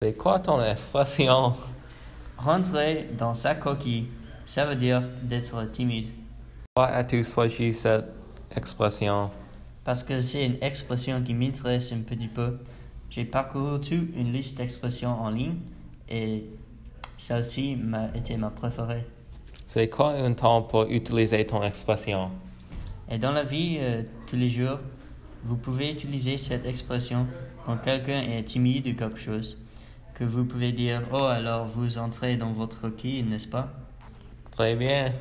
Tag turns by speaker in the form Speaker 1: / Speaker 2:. Speaker 1: C'est quoi ton expression
Speaker 2: Rentrer dans sa coquille, ça veut dire d'être timide.
Speaker 1: Pourquoi as-tu choisi cette expression
Speaker 2: Parce que c'est une expression qui m'intéresse un petit peu. J'ai parcouru toute une liste d'expressions en ligne et celle-ci m'a été ma préférée.
Speaker 1: C'est quoi un temps pour utiliser ton expression
Speaker 2: Et dans la vie, euh, tous les jours, vous pouvez utiliser cette expression quand quelqu'un est timide ou quelque chose. Que vous pouvez dire Oh, alors vous entrez dans votre coquille, n'est-ce pas
Speaker 1: Très bien.